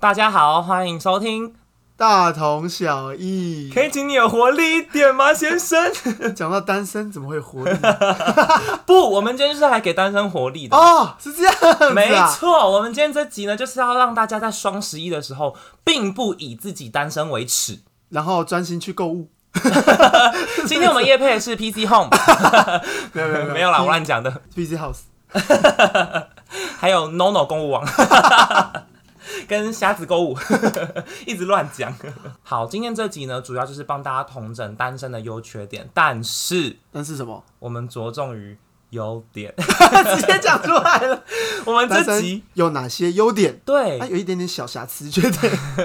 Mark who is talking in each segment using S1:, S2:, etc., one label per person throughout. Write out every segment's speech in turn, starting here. S1: 大家好，欢迎收听。
S2: 大同小异。
S1: 可以请你有活力一点吗，先生？
S2: 讲到单身怎么会活力
S1: 不，我们今天就是来给单身活力的。
S2: 哦？是这样子啊，
S1: 没错，我们今天这集呢，就是要让大家在双十一的时候，并不以自己单身为耻。
S2: 然后专心去购物，
S1: 今天我们夜配的是 PC Home，
S2: 没有没有
S1: 没有啦，我乱讲的。
S2: ，Busy House。
S1: 还有 NONO 购物网， 跟瞎子购物， 一直乱讲。好，今天这集呢，主要就是帮大家统整单身的优缺点，但是
S2: 但是什么？
S1: 我们着重于优 点。
S2: 直接讲出来了。
S1: 我们
S2: 单
S1: 这
S2: 身
S1: 集
S2: 有哪些优点？哎
S1: 对
S2: 它，有一点点小瑕疵，觉得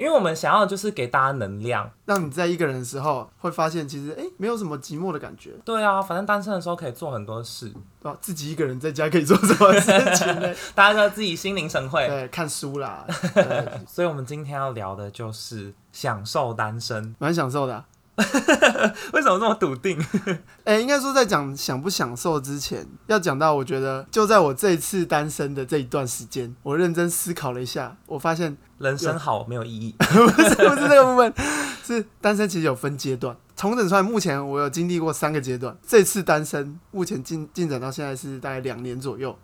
S1: 因为我们想要就是给大家能量。
S2: 让你在一个人的时候会发现，其实哎、诶没有什么寂寞的感觉，
S1: 对啊，反正单身的时候可以做很多事，
S2: 对吧？自己一个人在家可以做什么事情 呢？
S1: 大家就自己心领神会。
S2: 对，看书啦， 对
S1: 所以我们今天要聊的就是享受单身。
S2: 蛮享受的啊、
S1: 为什么这么笃定？
S2: 哎、应该说在讲享不享受之前，要讲到我觉得就在我这一次单身的这一段时间，我认真思考了一下，我发现
S1: 人生好没有意义。
S2: 不是不是这个部分，是单身其实有分阶段。重整出来，目前我有经历过三个阶段。这次单身目前进进展到现在是大概两年左右，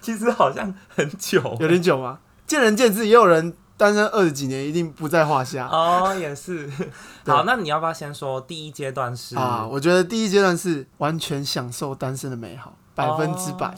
S1: 其实好像很久
S2: 有点久吗？见仁见智，也有人单身二十几年，一定不在话下
S1: 哦，也是。
S2: 啊对
S1: 好，那你要不要先说第一阶段是
S2: 啊。我觉得第一阶段是完全享受单身的美好，百分之百。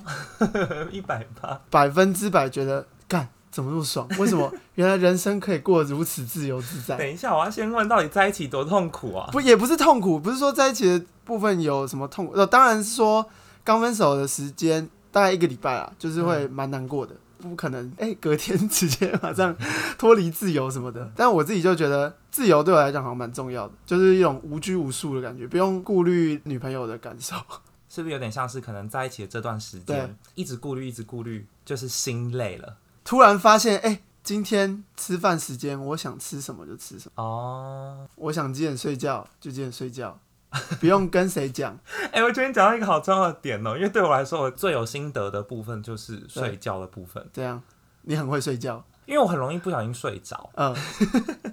S1: 一百八？
S2: 百分之百觉得干怎么那么爽？为什么原来人生可以过得如此自由自在？
S1: 等一下，我要先问到底在一起多痛苦啊？
S2: 不也不是痛苦，不是说在一起的部分有什么痛苦。呃，当然是说刚分手的时间大概一个礼拜啊，就是会蛮难过的。不可能，哎、隔天直接马上脱离自由什么的。但我自己就觉得，自由对我来讲好像蛮重要的，就是一种无拘无束的感觉，不用顾虑女朋友的感受。
S1: 是不是有点像是可能在一起的这段时间
S2: 对
S1: 一直顾虑，一直顾虑，就是心累了
S2: 突然发现，哎、今天吃饭时间，我想吃什么就吃什么。
S1: 哦。
S2: 我想几点睡觉就几点睡觉， 不用跟谁讲。
S1: 哎、我觉得你讲到一个好重要的点哦，因为对我来说，我最有心得的部分就是睡觉的部分，
S2: 这样，你很会睡觉，
S1: 因为我很容易不小心睡着。
S2: 嗯，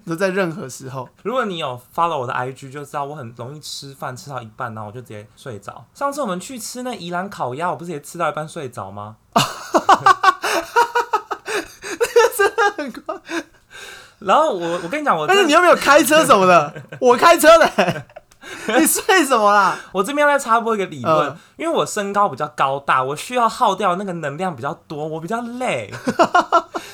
S2: 都在任何时候。
S1: 如果你有 follow 我的 IG 就知道，我很容易吃饭吃到一半，然后我就直接睡着。上次我们去吃那宜兰烤鸭，我不是也吃到一半睡着吗？ 然后我我跟你讲，我
S2: 但是
S1: 哦这
S2: 你又没有开车什么的， 我开车的、 你睡什么啦？
S1: 我这边要再插播一个理论，
S2: 嗯
S1: 因为我身高比较高大，我需要耗掉那个能量比较多，我比较 累，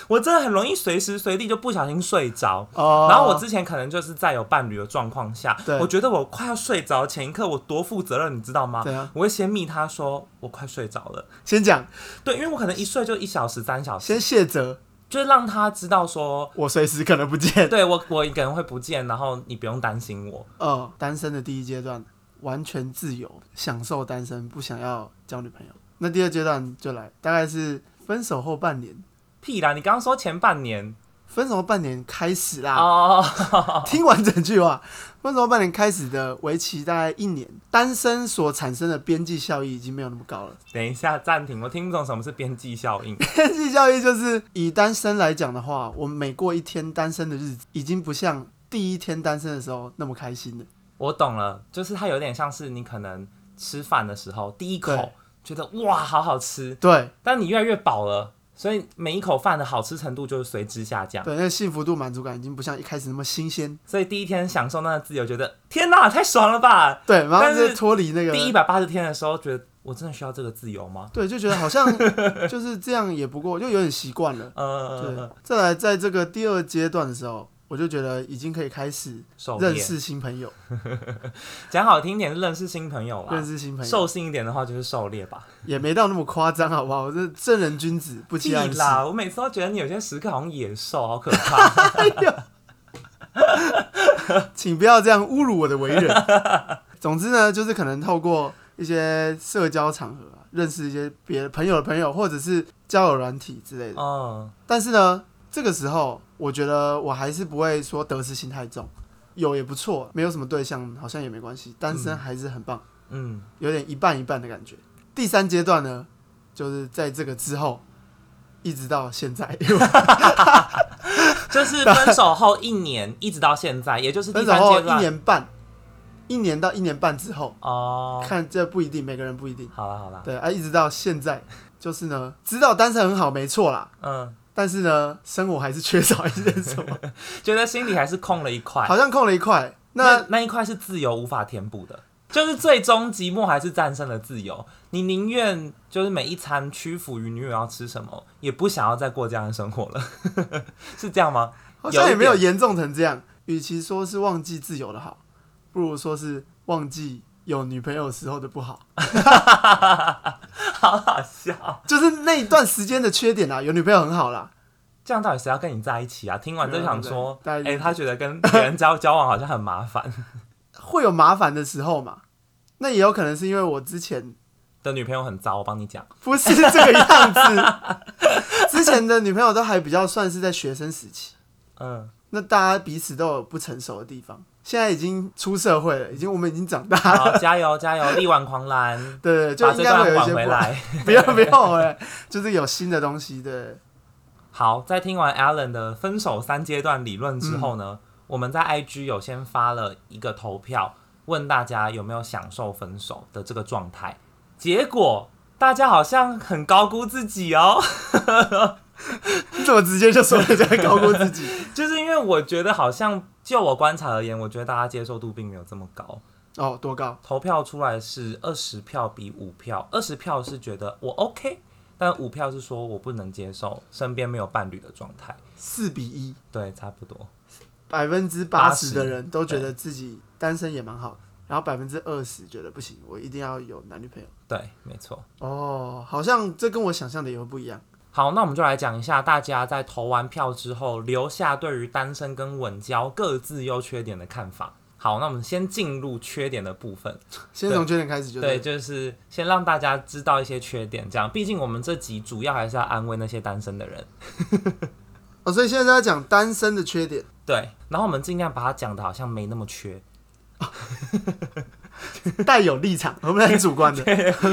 S1: 我真的很容易随时随地就不小心睡着。
S2: 哦，
S1: 然后我之前可能就是在有伴侣的状况下
S2: 对，
S1: 我觉得我快要睡着前一刻，我多负责任，你知道吗？
S2: 对啊
S1: 我会先密他说我快睡着了，
S2: 先讲，
S1: 对，因为我可能一睡就一小时、三小时，
S2: 先谢责，
S1: 就是让他知道说，
S2: 我随时可能不见。
S1: 对我我一个人会不见，然后你不用担心我。
S2: 嗯，单身的第一阶段，完全自由，享受单身，不想要交女朋友。那第二阶段就来，大概是分手后半年，
S1: 屁啦！你刚刚说前半年
S2: 分手后半年开始啦。
S1: 哦，
S2: 听完整句话，分手半年开始的为期大概一年，单身所产生的边际效益已经没有那么高了。
S1: 等一下暂停，我听不懂什么是边际效应。
S2: 边际效益就是以单身来讲的话，我们每过一天单身的日子，已经不像第一天单身的时候那么开心了。
S1: 我懂了，就是它有点像是你可能吃饭的时候，第一口
S2: 对
S1: 觉得哇好好吃，
S2: 对
S1: 但你越来越饱了，所以每一口饭的好吃程度就随之下降。
S2: 对，那个幸福度、满足感已经不像一开始那么新鲜。
S1: 所以第一天享受那个自由，觉得天哪太爽了吧！
S2: 对，然后
S1: 但是
S2: 就脱离那
S1: 第一
S2: 个。
S1: 百八十天的时候，觉得我真的需要这个自由吗？
S2: 对，就觉得 好像就是这样，也不过就有点习惯了。对
S1: 呃，，
S2: 再来，在这个第二阶段的时候，我就觉得已经可以开始
S1: 狩
S2: 认
S1: 猎，
S2: 识新朋友，
S1: 讲好听一点是认识新朋友啦
S2: 认，识新朋友，
S1: 兽性一点的话就是狩猎吧。
S2: 也没到那么夸张，好不 好？这正人君子不
S1: 屁
S2: 欺暗室。
S1: 啦！我每次都觉得你有些时刻好像野兽，好可怕。
S2: 请不要这样侮辱我的为人。 总之呢，就是可能透过一些社交场合、啊、认识一些别朋友的朋友，或者是交友软体之类的。
S1: 嗯，
S2: 但是呢，这个时候我觉得我还是不会说得失心太重，有也不错，没有什么对象好像也没关系，单身还是很棒，
S1: 嗯，
S2: 有点一半一半的感觉。第三阶段呢，就是在这个之后，一直到现在，
S1: 就是分手后一年一直到现在，也就是第
S2: 分手
S1: 三
S2: 后
S1: 阶
S2: 一
S1: 段
S2: 年半，一年到一年半之后，
S1: 哦。
S2: 看这不一定，每个人不一定。
S1: 好了好了，
S2: 对啊，一直到现在，就是呢，知道单身很好，没错啦。
S1: 嗯，
S2: 但是呢，生活还是缺少一些什 么，
S1: 觉得心里还是空了一块。
S2: 好像空了一块。那
S1: 哎那那一块是自由无法填补的，就是最终寂寞还是战胜了自由。你宁愿就是每一餐屈服于女友要吃什么，也不想要再过这样的生活了， 是这样吗？
S2: 好像也没
S1: 有
S2: 有
S1: 一
S2: 严重成这样。与其说是忘记自由的好，不如说是忘记有女朋友时候的不好，
S1: 好好笑，
S2: 就是那一段时间的缺点啦。啊有女朋友很好啦，
S1: 这样到底谁要跟你在一起啊？听完就想说，
S2: 没有没有
S1: 哎、
S2: 没有
S1: 他觉得跟别人交 交往好像很麻烦
S2: 会有麻烦的时候嘛。那也有可能是因为我之前
S1: 的女朋友很糟，我帮你讲。
S2: 不是这个样子， 之前的女朋友都还比较算是在学生时期，
S1: 嗯，
S2: 那大家彼此都有不成熟的地方。现在已经出社会了，已经我们已经长大了，
S1: 好，加油加油，力挽狂澜，
S2: 对对，就
S1: 把这
S2: 应该
S1: 段
S2: 会有一
S1: 挽
S2: 些
S1: 回
S2: 不好。
S1: 来。
S2: 不要不要哎，就是有新的东西的。
S1: 好，在听完 Alan 的分手三阶段理论之后
S2: 嗯
S1: 呢，我们在 IG 有先发了一个投票，问大家有没有享受分手的这个状态。结果大家好像很高估自己哦，
S2: 你怎么直接就说人家高估自己？
S1: 就是因为我觉得好像就我观察而言，我觉得大家接受度并没有这么高。
S2: 哦，多高？
S1: 投票出来是二十票比五票，二十票是觉得我 OK，但五票是说我不能接受身边没有伴侣的状态。
S2: 四比一，
S1: 对，差不多。
S2: 百分之八十
S1: 80
S2: 的人都觉得自己单身也蛮好，然后百分之二十觉得不行，我一定要有男女朋友。
S1: 对，没错。
S2: 哦，好像这跟我想象的也会不一样。
S1: 好，那我们就来讲一下大家在投完票之后留下对于单身跟稳交各自优缺点的看法。好，那我们先进入缺点的部分。
S2: 先从缺点开始就
S1: 对，
S2: 对，
S1: 就是先让大家知道一些缺点，这样。毕竟我们这集主要还是要安慰那些单身的人。
S2: 哦，所以现在在讲单身的 缺点，
S1: 对，然后我们尽量把它讲的好像没那么缺，
S2: 带有立场， 我们很主 观的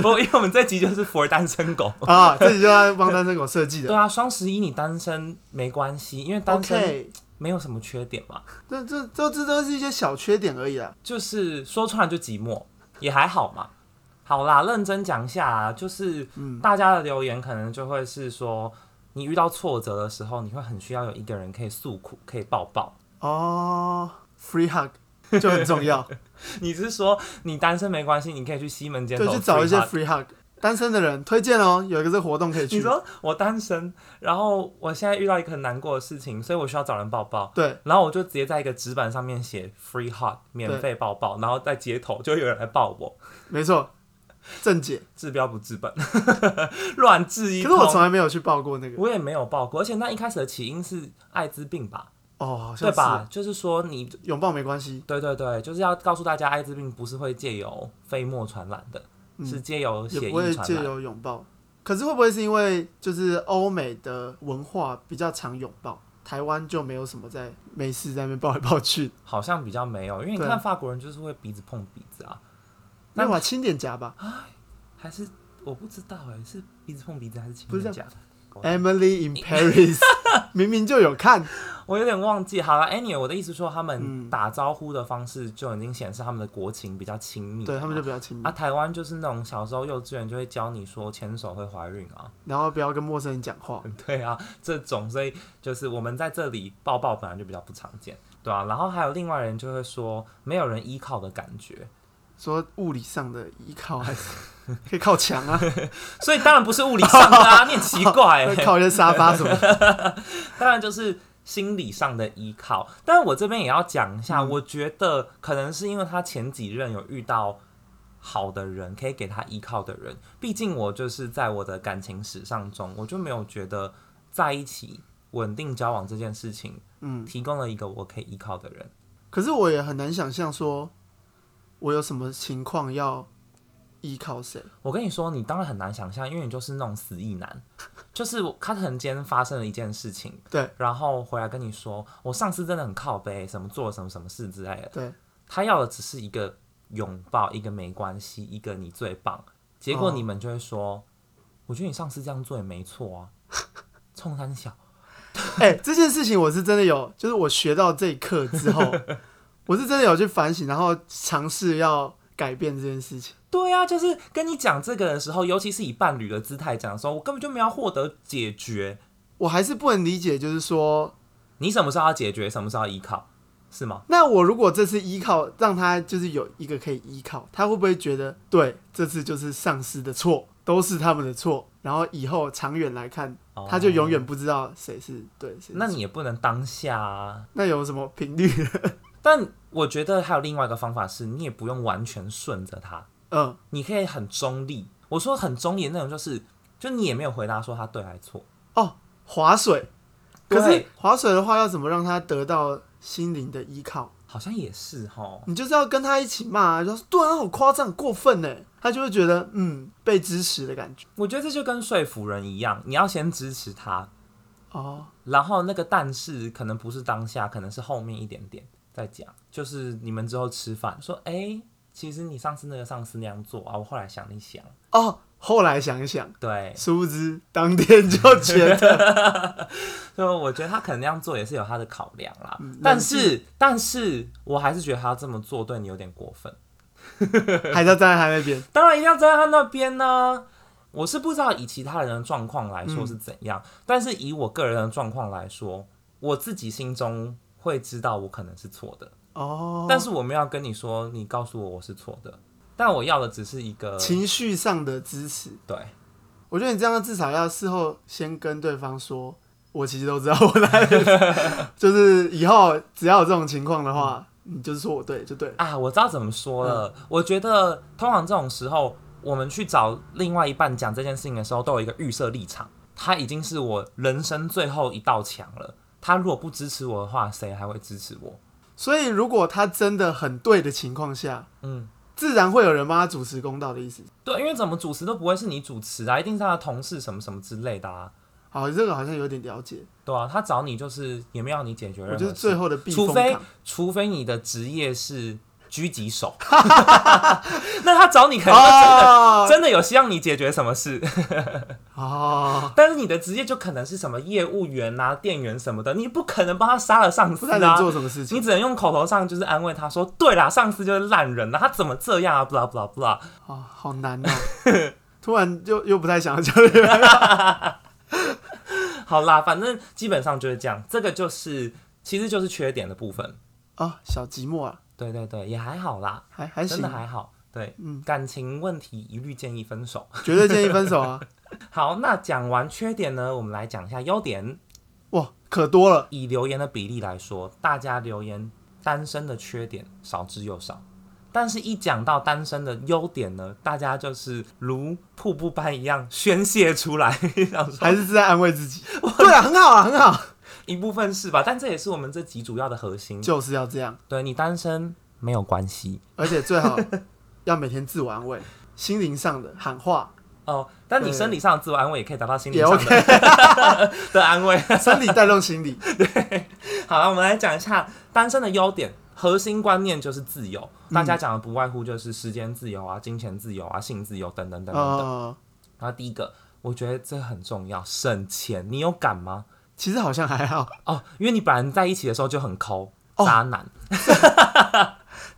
S1: 不，因为我们这集就是 for 单身狗。
S2: 啊，这里就要帮单身狗设计的
S1: 对。啊，双十一你单身没关系，因为单身
S2: OK，
S1: 没有什么缺点嘛，
S2: 这这这这都是一些小缺点而已啦。
S1: 就是说穿了就寂寞，也还好嘛。好啦，认真讲一下、啊，就是
S2: 嗯，
S1: 大家的留言可能就会是说，你遇到挫折的时候，你会很需要有一个人可以诉苦，可以抱抱。
S2: 哦，free hug 就很 重要。
S1: 你是说你单身没关系，你可以去西门街
S2: 对，
S1: 头
S2: 去找一些
S1: free hug
S2: free hug。单身的人推荐哦，有一个这个活动可以
S1: 你
S2: 去。
S1: 说我单身，然后我现在遇到一个很难过的事情，所以我需要找人抱抱。
S2: 对，
S1: 然后我就直接在一个纸板上面写 “free hug” 免费抱抱，然后在街头就有人来抱我，
S2: 没错，正解。
S1: 治标不治本， 乱治一
S2: 可
S1: 通。
S2: 是我从来没有去报过那个。
S1: 我也没有抱过，而且那一开始的起因是艾滋病吧，
S2: 哦，好
S1: 对
S2: 像是？
S1: 吧？就是说你
S2: 拥抱没关系。
S1: 对对对，就是要告诉大家，艾滋病不是会借由飞沫传染的，
S2: 嗯
S1: 是借由
S2: 也
S1: 血
S2: 不会
S1: 液传
S2: 借
S1: 染。
S2: 由拥抱。可是会不会是因为就是欧美的文化比较常拥抱，台湾就没有什么在没事在那边抱来抱去？
S1: 好像比较没有，因为你
S2: 对啊
S1: 看法国人就是会鼻子碰鼻子啊， 那
S2: 那我亲脸颊吧
S1: 还是我不知道哎、是鼻子碰鼻子还是亲
S2: 不是
S1: 人
S2: 这
S1: 家？
S2: ，Emily in Paris，明 明就有看，
S1: 我有点忘记。好了，anyway，我的意思说，他们
S2: 嗯
S1: 打招呼的方式就已经显示他们的国情比较亲密。
S2: 对他们就比较亲密
S1: 啊，，台湾就是那种小时候幼稚园就会教你说牵手会怀孕啊，
S2: 然后不要跟陌生人讲话。
S1: 对啊，这种，所以就是我们在这里抱抱本来就比较不常见，对啊。然后还有另外人就会说没有人依靠的感觉，
S2: 说物理上的依靠还是可以靠 墙啊，
S1: 所以当然不是物理上的啊，你很奇怪、
S2: 会
S1: 欸，
S2: 靠一些沙发什么的。
S1: 当然就是心理上的依靠。但我这边也要讲一下，我觉得可能是因为他前几任有遇到好的人，可以给他依靠的人。毕竟我就是在我的感情史上中，我就没有觉得在一起稳定交往这件事情
S2: 嗯，
S1: 提供了一个我可以依靠的人。
S2: 可是我也很难想象说，我有什么情况要依靠谁。
S1: 我跟你说，你当然很难想象，因为你就是那种死意男， 就是我他可能今天发生了一件事情，
S2: 对，
S1: 然后回来跟你说，我上司真的很靠背，什么做了什么什么事之类的，
S2: 对，
S1: 他要的只是一个拥抱，一个没关系，一个你最棒，结果
S2: 哦
S1: 你们就会说，我觉得你上司这样做也没错啊，冲三小，
S2: 哎、这件事情我是真的有，就是我学到这一课 之后，我是真的有去反省，然后尝试要改变这件事情。
S1: 对啊，就是跟你讲这个的时候，尤其是以伴侣的姿态讲的时候，我根本就没有要获得解决。
S2: 我还是不能理解，就是说，
S1: 你什么时候要解决，什么时候要依靠，是吗？
S2: 那我如果这次依靠让他就是有一个可以依靠，他会不会觉得对这次就是上司的错，都是他们的错，然后以后长远来看，
S1: 哦
S2: 他就永远不知道谁是对谁是错。
S1: 那你也不能当下啊。
S2: 那有什么频率？
S1: 但我觉得还有另外一个方法是，你也不用完全顺着他，
S2: 嗯，
S1: 你可以很中立。我说很中立的那种，就是就你也没有回答说他对还是错。
S2: 划水。可是
S1: 对
S2: 划水的话，要怎么让他得到心灵的依靠？
S1: 好像也是哈，
S2: 你就是要跟他一起骂、啊，就说对啊，好夸张，过分呢。他就会觉得嗯被支持的感觉。
S1: 我觉得这就跟说服人一样，你要先支持他，
S2: 哦，
S1: 然后那个但是可能不是当下，可能是后面一点点再讲，就是你们之后吃饭说，哎、其实你上次那个上司那样做啊，我后来想一想，
S2: 哦，后来想一想，
S1: 对，
S2: 殊不知当天就觉 得，
S1: 所以我觉得他可能那样做也是有他的考量啦，
S2: 嗯
S1: 但是但是我还是觉得他这么做对你有点过分，
S2: 还是要站在他那边。
S1: 当然一定要站在他那边呢、我是不知道以其他人的状况来
S2: 嗯
S1: 说是怎样，但是以我个人的状况来说，我自己心中会知道我可能是错的。
S2: 哦，
S1: 但是我没有要跟你说，你告诉我我是错的，但我要的只是一个
S2: 情绪上的支持，
S1: 呃对，
S2: 我觉得你这样至少要事后先跟对方说，我其实都知道我哪里， 就是以后只要有这种情况的话，
S1: 嗯
S2: 你就是说我对就对了。
S1: 啊，我知道怎么说了。
S2: 嗯
S1: 我觉得通常这种时候，我们去找另外一半讲这件事情的时候，都有一个预设立场，他已经是我人生最后一道墙了。他如果不支持我的话，谁还会支持我？
S2: 所以如果他真的很对的情况下，
S1: 嗯，
S2: 自然会有人帮他主持公道的意思。
S1: 对，因为怎么主持都不会是你主持啊，一定是他的同事什么什么之类的啊。
S2: 好，这个好像有点了解，
S1: 对啊，他找你就是也没有要你解决
S2: 我
S1: 任
S2: 就
S1: 何
S2: 是最
S1: 事，
S2: 后的避
S1: 除
S2: 风
S1: 非
S2: 港。
S1: 除非你的职业是狙击手， 那他找你可能会真的、
S2: 哦
S1: 真的有希望你解决什么事。
S2: 哦，
S1: 但是你的职业就可能是什么业务员啊、店员什么的，你不可能帮他杀了上
S2: 不
S1: 司
S2: 太能
S1: 啊，
S2: 做什么事
S1: 你
S2: 情。
S1: 只能用口头上就是安慰他说：“对啦，上司就是烂人啦，他怎么这样啊？”不啦不啦不啦，
S2: 哦，好难 哦。突然就又不太想要交流。
S1: 好啦，反正基本上就是这样，这个就是其实就是缺点的部分。
S2: 哦，小寂寞啊，
S1: 对对对，也还好啦，
S2: 还还
S1: 真
S2: 行
S1: 的，还好。对，
S2: 嗯
S1: 感情问题一律建议分手。
S2: 绝对建议分手 啊。
S1: 好，那讲完缺点呢，我们来讲一下优点。
S2: 哇，可多了。
S1: 以留言的比例来说，大家留言单身的缺点少之又少，但是一讲到单身的优点呢，大家就是如瀑布般一样宣泄出来， 想说
S2: 还是是在安慰自己。对啊，很好啊，很好，
S1: 一部分是吧？但这也是我们这集主要的核心。
S2: 就是要这样，
S1: 对你单身没有关系
S2: 而且最 好要每天自我安慰，心灵上的喊话，
S1: 哦，但你
S2: 对
S1: 生理上的自我安慰也可以达到心理
S2: 也
S1: 上的 的安慰。
S2: 生理带动心理。
S1: 好了，我们来讲一下单身的优点。核心观念就是自由，大
S2: 嗯
S1: 家讲的不外乎就是时间自由啊、金钱自由啊、性自由等等等等等。
S2: 呃，
S1: 然后第一个，我觉得这很重要，省钱。你有敢吗？
S2: 其实好像还好，
S1: 哦，因为你本来在一起的时候就很抠，
S2: 哦
S1: 渣男。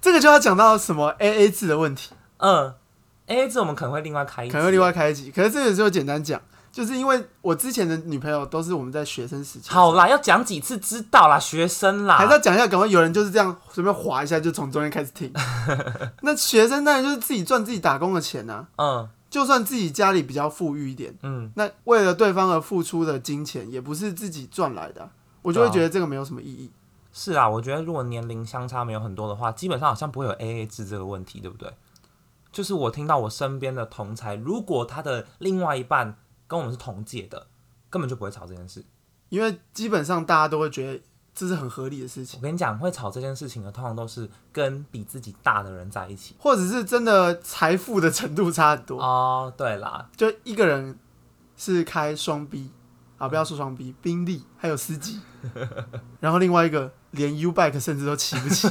S2: 这个就要讲到什么 A A 制的问题，
S1: 嗯，A A 制我们可能会另外开一集，
S2: 可能会另外开一集。可是这个就简单讲，就是因为我之前的女朋友都是我们在学生时期，
S1: 好啊啦，要讲几次知道啦，学生啦，
S2: 还是要讲一下，赶快有人就是这样随便划一下就从中间开始 听。那学生当然就是自己赚自己打工的钱啊，
S1: 嗯
S2: 就算自己家里比较富裕一点。
S1: 嗯，
S2: 那为了对方而付出的金钱，也不是自己赚来的啊、我就会觉得这个没有什么意义。
S1: 是啊。我觉得如果年龄相差没有很多的话，基本上好像不会有 A A 制这个问题，对不对？就是我听到我身边的同才，如果他的另外一半跟我们是同届的，根本就不会吵这件事。
S2: 因为基本上大家都会觉得这是很合理的事情，
S1: 我跟你讲，会吵这件事情的，通常都是跟比自己大的人在一起。
S2: 或者是真的财富的程度差很多，
S1: 哦，对啦，
S2: 就一个人是开双 B 啊，不要说双 B，宾利还有司机，然后另外一个连 U bike 甚至都骑不起，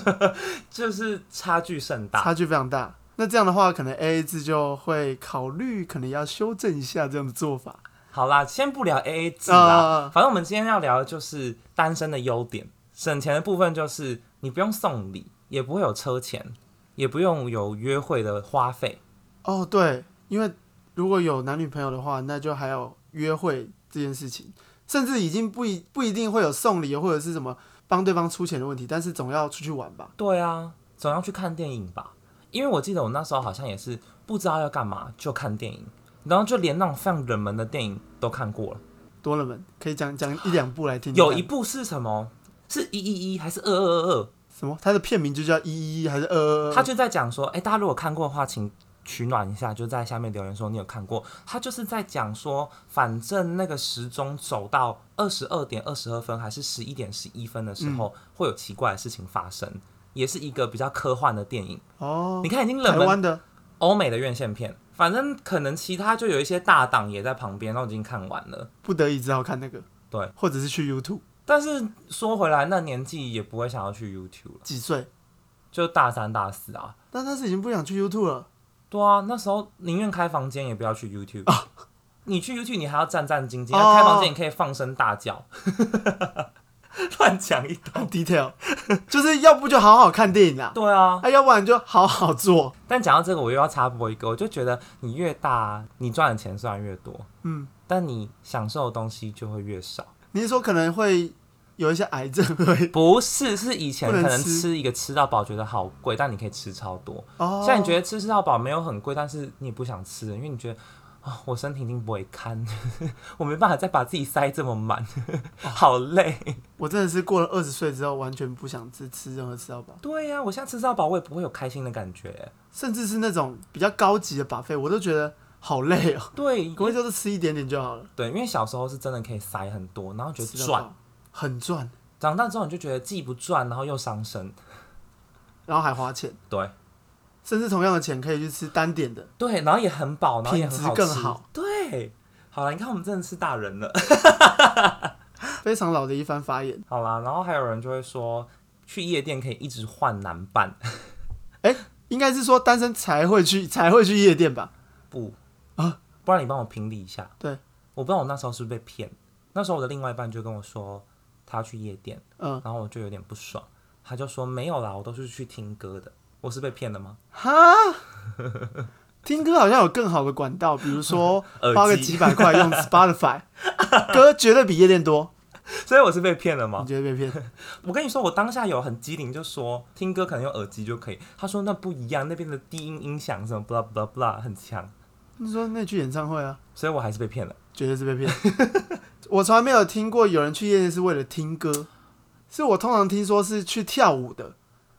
S1: 就是差距甚大。
S2: 差距非常大。那这样的话，可能 A A 制就会考虑，可能要修正一下这样的做法。
S1: 好啦，先不聊 A A 制啦，
S2: 嗯
S1: 反正我们今天要聊的就是单身的优点。省钱的部分就是你不用送礼，也不会有车钱，也不用有约会的花费。
S2: 哦，对，因为如果有男女朋友的话，那就还有约会这件事情，甚至已经不一不一定会有送礼或者是什么帮对方出钱的问题，但是总要出去玩吧。
S1: 对啊，总要去看电影吧，因为我记得我那时候好像也是不知道要干嘛就看电影，然后就连那种非常冷门的电影都看过了。
S2: 多了门可以讲讲一两部来听听看
S1: 有一部是什么？是一一一还是二二二
S2: 什么，它的片名就叫一一一还是二二
S1: 二？他就在讲说，哎、大家如果看过的话，请取暖一下，就在下面留言说你有看过。他就是在讲说，反正那个时钟走到二十二点二十二分还是十一点十一分的时
S2: 嗯
S1: 候，会有奇怪的事情发生，也是一个比较科幻的电影。
S2: 哦，
S1: 你看，已经冷
S2: 台
S1: 门
S2: 湾的
S1: 欧美的院线片，反正可能其他就有一些大档也在旁边，都已经看完了。
S2: 不得已只好看那个，
S1: 对，
S2: 或者是去 YouTube。
S1: 但是说回来，那年纪也不会想要去 YouTube 了，
S2: 几岁？
S1: 就大三大四啊。
S2: 但他是已经不想去 YouTube 了。
S1: 对啊，那时候宁愿开房间也不要去 YouTube。你去 YouTube 你还要战战兢兢，
S2: 哦
S1: 开房间你可以放声大叫， 乱讲一通。
S2: Detail 就是要不就好好看电影啊，
S1: 对啊，
S2: 啊，要不然就好好做。
S1: 但讲到这个，我又要插播一个，我就觉得你越大，你赚的钱虽然越多，
S2: 嗯，
S1: 但你享受的东西就会越少。
S2: 你是说可能会有一些癌症会
S1: 不是，是以前
S2: 不能
S1: 可能
S2: 吃
S1: 吃一个吃到饱觉得好贵，但你可以吃超多。
S2: 哦
S1: 现在你觉得吃吃到饱没有很贵，但是你也不想吃了，因为你觉得啊、我身体一定不会堪， 我没办法再把自己塞这么满，好累。
S2: 我真的是过了二十岁之后，完全不想吃吃任何吃到饱，
S1: 对呀、我现在吃到饱，我也不会有开心的感觉。
S2: 甚至是那种比较高级的把费，我都觉得好累哦。
S1: 对，因
S2: 不会
S1: 为
S2: 就是吃一点点就好了，
S1: 对，因为小时候是真的可以塞很多，然后觉得
S2: 吃到
S1: 赚，
S2: 饱很赚，
S1: 长大之后你就觉得既不赚，然后又伤身。
S2: 然后还花钱，
S1: 对
S2: 甚至同样的钱可以去吃单点的，
S1: 对，然后也很饱，然后也很
S2: 品质
S1: 好吃。
S2: 更好
S1: 对，好了，你看我们真的是大人了。
S2: 非常老的一番发言。
S1: 好啦，然后还有人就会说，去夜店可以一直换男伴，
S2: 应该是说单身才会去才会去夜店吧？
S1: 不
S2: 啊，
S1: 不然你帮我评理一下。
S2: 对，
S1: 我不知道我那时候是不是被骗，那时候我的另外一半就跟我说他要去夜店，
S2: 嗯，
S1: 然后我就有点不爽，他就说没有啦，我都是去听歌的。我是被骗的吗？
S2: 哈，听歌好像有更好的管道，比如说
S1: 耳机
S2: 花个几百块用 Spotify，歌绝对比夜店多。
S1: 所以我是被骗了吗
S2: 你？觉得被骗？
S1: 我跟你说，我当下有很机灵，就说听歌可能用耳机就可以。他说那不一样，那边的低音音响什么 blah blah blah 很强，
S2: 你说那去演唱会啊，
S1: 所以我还是被骗了。
S2: 绝对是被骗。我从来没有听过有人去夜店是为了听歌，是我通常听说是去跳舞的。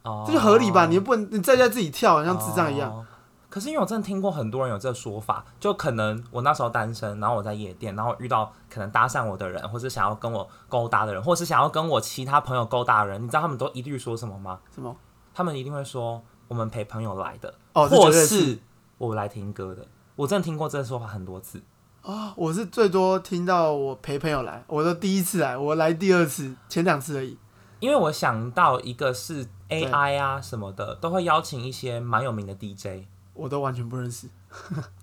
S1: 哦
S2: 这就合理吧？你又不能你在家自己跳，像智障一样。
S1: 哦可是因为我真的听过很多人有这个说法，就可能我那时候单身，然后我在夜店，然后遇到可能搭讪我的人，或是想要跟我勾搭的人，或是想要跟我其他朋友勾搭的人，你知道他们都一律说什么吗？
S2: 什么？
S1: 他们一定会说我们陪朋友来的，
S2: 哦，这绝
S1: 或
S2: 对
S1: 是我来听歌的。我真的听过这个说法很多次，
S2: 啊，我是最多听到我陪朋友来，我都第一次来，我来第二次，前两次而已。
S1: 因为我想到一个是
S2: 对
S1: AI 啊什么的，都会邀请一些蛮有名的 DJ，
S2: 我都完全不认识，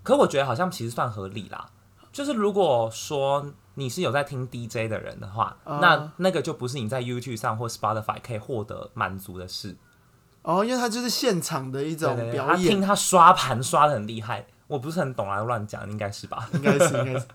S1: 可我觉得好像其实算合理啦。就是如果说你是有在听 DJ 的人的话，
S2: 啊
S1: 那那个就不是你在 YouTube 上或 Spotify 可以获得满足的事。
S2: 哦，因为他就是现场的一种
S1: 对对对
S2: 表
S1: 他
S2: 演，
S1: 听他刷盘刷的很厉害，我不是很懂啊，乱讲应
S2: 嗯
S1: 该是吧？
S2: 应该是应该是。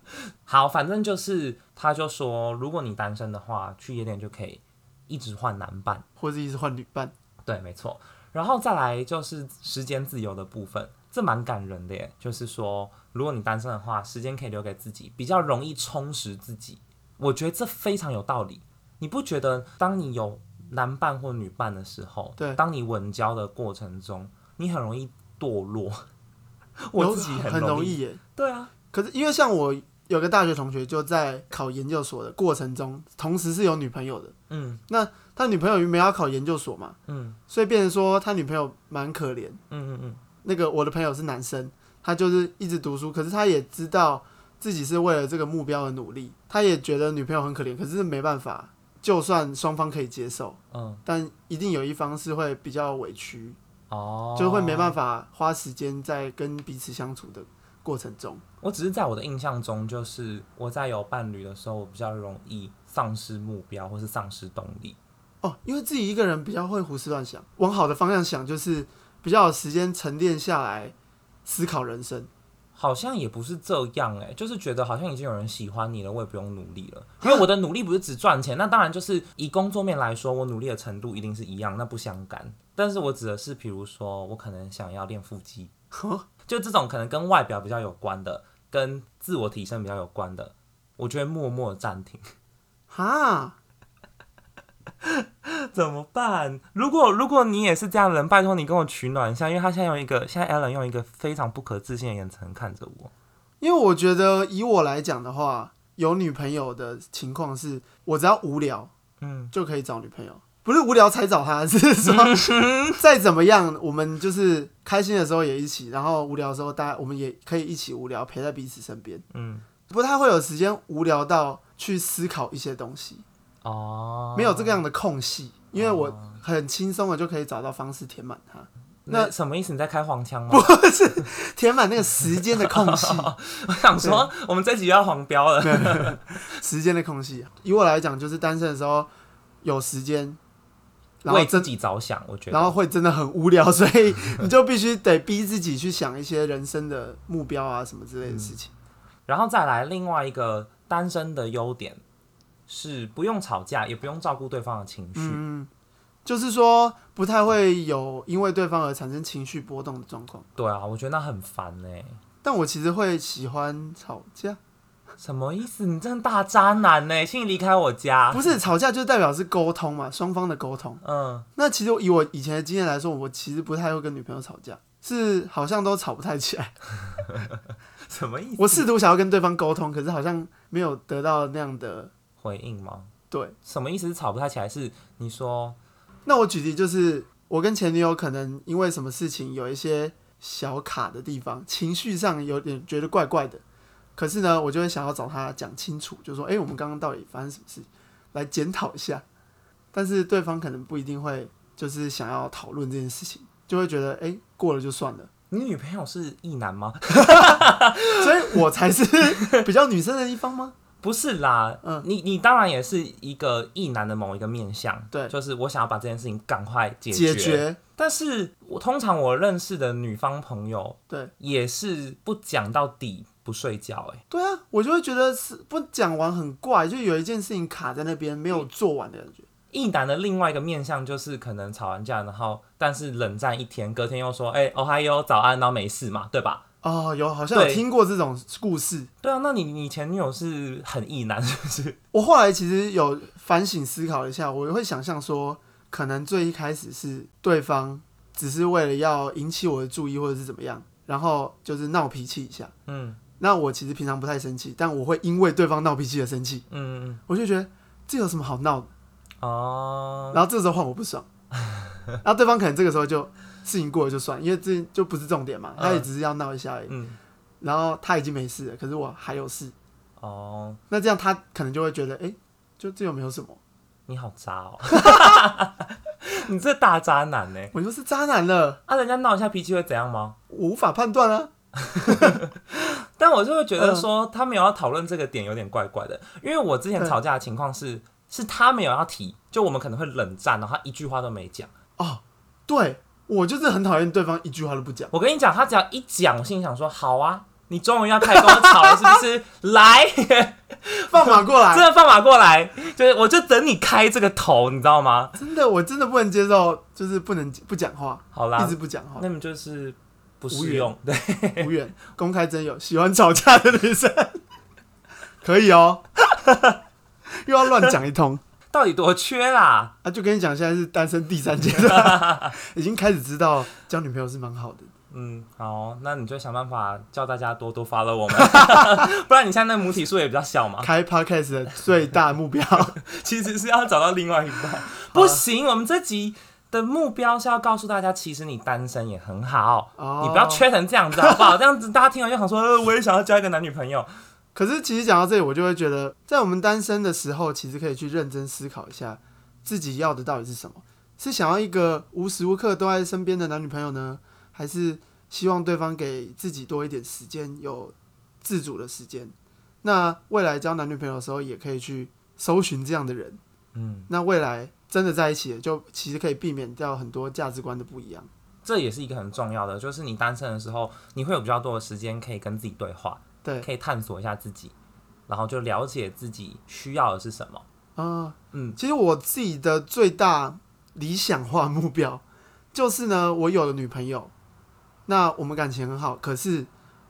S1: 好，反正就是他就说，如果你单身的话，去夜店就可以一直换男伴。
S2: 或者一直换女伴，
S1: 对，没错。然后再来就是时间自由的部分，这蛮感人的耶。就是说，如果你单身的话，时间可以留给自己，比较容易充实自己。我觉得这非常有道理。你不觉得，当你有男伴或女伴的时候，
S2: 对
S1: 当你稳交的过程中，你很容易堕落。
S2: 有
S1: 我自己
S2: 很
S1: 容
S2: 易耶。
S1: 对啊，
S2: 可是因为像我有个大学同学，就在考研究所的过程中，同时是有女朋友的。
S1: 嗯
S2: 他女朋友没有要考研究所嘛，
S1: 嗯
S2: 所以变成说他女朋友蛮可怜。
S1: 嗯嗯嗯，
S2: 那个我的朋友是男生，他就是一直读书，可是他也知道自己是为了这个目标而努力，他也觉得女朋友很可怜，可是没办法，就算双方可以接受，
S1: 嗯
S2: 但一定有一方是会比较委屈，
S1: 哦，
S2: 就会没办法花时间在跟彼此相处的过程中。
S1: 我只是在我的印象中，就是我在有伴侣的时候，我比较容易丧失目标或是丧失动力。
S2: 哦，因为自己一个人比较会胡思乱想，往好的方向想，就是比较有时间沉淀下来思考人生。
S1: 好像也不是这样哎、就是觉得好像已经有人喜欢你了，我也不用努力了，因为我的努力不是只赚钱，那当然就是以工作面来说，我努力的程度一定是一样，那不相干。但是我指的是，比如说我可能想要练腹肌，就这种可能跟外表比较有关的，跟自我提升比较有关的，我就会默默地暂停。
S2: 哈，
S1: 怎么办？如果如果你也是这样的人，拜托你跟我取暖一下，因为他现在用一个现在 Alan 用一个非常不可置信的眼神看着我。
S2: 因为我觉得以我来讲的话，有女朋友的情况是，我只要无聊
S1: 嗯，
S2: 就可以找女朋友，不是无聊才找她，是 说再怎么样，我们就是开心的时候也一起，然后无聊的时候大家我们也可以一起无聊，陪在彼此身边。
S1: 嗯，
S2: 不太会有时间无聊到去思考一些东西，
S1: 哦，
S2: 没有这个样的空隙，因为我很轻松的就可以找到方式填满它，
S1: 那
S2: 那
S1: 什么意思？你在开黄腔吗？
S2: 填满那个时间的空 隙。
S1: 我想说，我们这集又要黄标了。
S2: 时间的空隙。啊以我来讲，就是单身的时候有时间，然后
S1: 为自
S2: 真
S1: 己着想，我觉得
S2: 然后会真的很无聊，所以你就必须得逼自己去想一些人生的目标啊什么之类的
S1: 嗯
S2: 事情。
S1: 然后再来另外一个单身的优点是不用吵架，也不用照顾对方的情绪。
S2: 嗯，就是说不太会有因为对方而产生情绪波动的状况。
S1: 对啊，我觉得那很烦欸呢、
S2: 但我其实会喜欢吵架，
S1: 什么意思？你真的大渣男呢、请你离开我家。
S2: 不是吵架就代表是沟通嘛，双方的沟通。
S1: 嗯，
S2: 那其实以我以前的经验来说，我其实不太会跟女朋友吵架，是好像都吵不太起来。
S1: 什么意思？
S2: 我试图想要跟对方沟通，可是好像没有得到那样的
S1: 回应吗？
S2: 对。
S1: 什么意思？是吵不太起来？是你说
S2: 那我举例就是，我跟前女友可能因为什么事情有一些小卡的地方，情绪上有点觉得怪怪的，可是呢，我就会想要找她讲清楚，就说，哎、我们刚刚到底发生什么事，来检讨一下。但是对方可能不一定会就是想要讨论这件事情，就会觉得，哎、过了就算了。
S1: 你女朋友是异男吗？
S2: 所以我才是 比较女生的一方吗？
S1: 不是啦，
S2: 嗯
S1: 你你当然也是一个异男的某一个面相，
S2: 对
S1: 就是我想要把这件事情赶快解
S2: 解决
S1: 但是我通常我认识的女方朋友
S2: 对
S1: 也是不讲到底不睡觉、欸，
S2: 对啊，我就会觉得是不讲完很怪，就有一件事情卡在那边没
S1: 嗯
S2: 有做完的感觉。
S1: 异男的另外一个面相就是可能吵完架，然后但是冷战一天，隔天又说，哎、哦嗨哟，早安，然后没事嘛，对吧？
S2: 哦，有好像有
S1: 对
S2: 听过这种故事。
S1: 对啊，那你你前女友是很异男是不是？
S2: 我后来其实有反省思考一下，我会想象说，可能最一开始是对方只是为了要引起我的注意，或者是怎么样，然后就是闹脾气一下。
S1: 嗯
S2: 那我其实平常不太生气，但我会因为对方闹脾气而生气，
S1: 嗯嗯
S2: 我就觉得这有什么好闹的？
S1: 哦，
S2: 然后这时候换我 不爽，然后对方可能这个时候就事情过了就算，因为这就不是重点嘛，他也只是要闹一下而已。
S1: 嗯
S2: 然后他已经没事了，可是我还有事，
S1: 哦，
S2: 那这样他可能就会觉得，哎、就这又没有什么，
S1: 你好渣哦， 你这大渣男呢、
S2: 我就是渣男了，
S1: 啊，人家闹一下脾气会怎样吗？
S2: 我无法判断啊。
S1: 但我就会觉
S2: 嗯
S1: 得说，他们有要讨论这个点有点怪怪的，因为我之前
S2: 对
S1: 吵架的情况是，是他没有要提，就我们可能会冷战，然后他一句话都没讲。
S2: 哦，对我就是很讨厌对方一句话都不讲，
S1: 我跟你讲，他只要一讲，我心里想说，好啊，你终于要开始跟我吵了，是不是？ 来，
S2: 放马过
S1: 真
S2: 来，
S1: 的放马过来，就是我就等你开这个头，你知道吗？
S2: 真的我真的不能接受，就是不能不讲话，
S1: 好
S2: 一
S1: 啦
S2: 直，不讲话，
S1: 那么就是不适用，对，
S2: 无缘。公开真有喜欢吵架的女生， 可以哦， 又要乱讲一通。
S1: 到底多缺啦？
S2: 啊，就跟你讲，现在是单身第三阶段，已经开始知道交女朋友是蛮好的。
S1: 嗯，好，那你就想办法叫大家多多 follow 我们，不然你现在那母体数也比较小 嘛。
S2: 开 podcast 的最大目标，
S1: 其实是要找到另外一 半。不行，我们这集的目标是要告诉大家，其实你单身也很好，
S2: 哦
S1: 你不要缺成这样子好不 好？这样子大家听完就想说，呃我也想要交一个男女朋友。
S2: 可是其实讲到这里，我就会觉得，在我们单身的时候，其实可以去认真思考一下，自己要的到底是什么？是想要一个无时无刻都在身边的男女朋友呢，还是希望对方给自己多一点时间，有自主的时间。那未来交男女朋友的时候，也可以去搜寻这样的人。嗯，那未来真的在一起了，就其实可以避免掉很多价值观的不一样。
S1: 这也是一个很重要的，就是你单身的时候，你会有比较多的时间可以跟自己对话，
S2: 对
S1: 可以探索一下自己，然后就了解自己需要的是什么。
S2: 啊、
S1: 嗯
S2: 其实我自己的最大理想化目标 就是呢，我有了女朋友，那我们感情很好，可是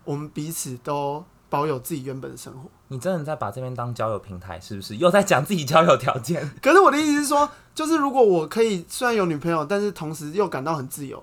S2: 我们彼此都保有自己原本的生活。
S1: 你真的在把这边当交友平台，是不是？又在讲自己交友条件？
S2: 可是我的意思是说，就是如果我可以虽然有女朋友，但是同时又感到很自由，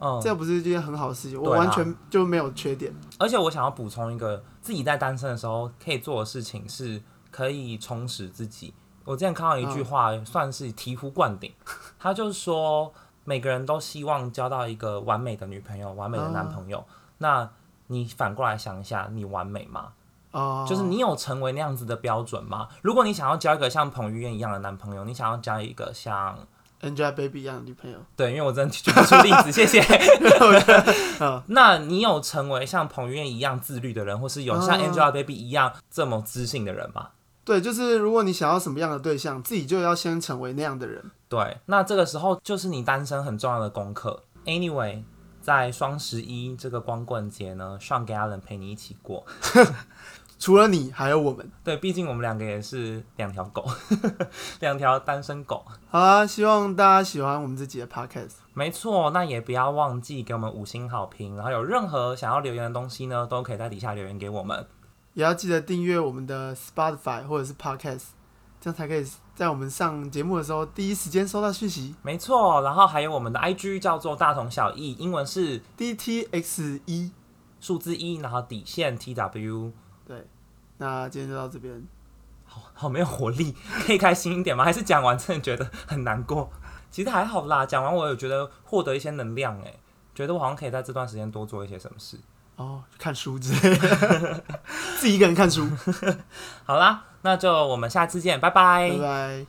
S1: 嗯，
S2: 这不是一件很好的事情。我
S1: 对啊
S2: 完全就没有缺点。
S1: 而且我想要补充一个，自己在单身的时候可以做的事情是，可以充实自己。我之前看到一句话，算是醍醐灌顶，他就是说，每个人都希望交到一个完美的女朋友、完美的男朋友。那你反过来想一下，你完美吗？
S2: 哦、
S1: 就是你有成为那样子的标准吗？如果你想要交一个像彭于晏一样的男朋友，你想要交一个像……
S2: Angelababy 一样的女朋友，
S1: 对，因为我真的举不出例子，谢谢。 那你有成为像彭于晏一样自律的人，或是有像
S2: 啊
S1: Angelababy 一样这么知性的人吗？
S2: 对，就是如果你想要什么样的对象，自己就要先成为那样的人。
S1: 对，那这个时候就是你单身很重要的功课。Anyway，在双十一这个光棍节呢，上给 Allen 陪你一起过。
S2: 除了你，还有我们。
S1: 对，毕竟我们两个也是两条狗， 两条单身狗。
S2: 好啦，希望大家喜欢我们这集的 podcast。
S1: 没错，那也不要忘记给我们五星好评，然后有任何想要留言的东西呢，都可以在底下留言给我们。
S2: 也要记得订阅我们的 Spotify 或者是 Podcast，这样才可以在我们上节目的时候第一时间收到讯息。
S1: 没错，然后还有我们的 IG 叫做大同小异，英文是
S2: DTX 一，
S1: 数字一，然后底线 TW。
S2: 对，那今天就到这边，
S1: 好好哦没有活力， 可以开心一点吗？还是讲完真的觉得很难过？其实还好啦，讲完我有觉得获得一些能量，诶，觉得我好像可以在这段时间多做一些什么事。
S2: 哦，看书之类的自己一个人看书，
S1: 好啦，那就我们下次见，拜拜
S2: 拜拜。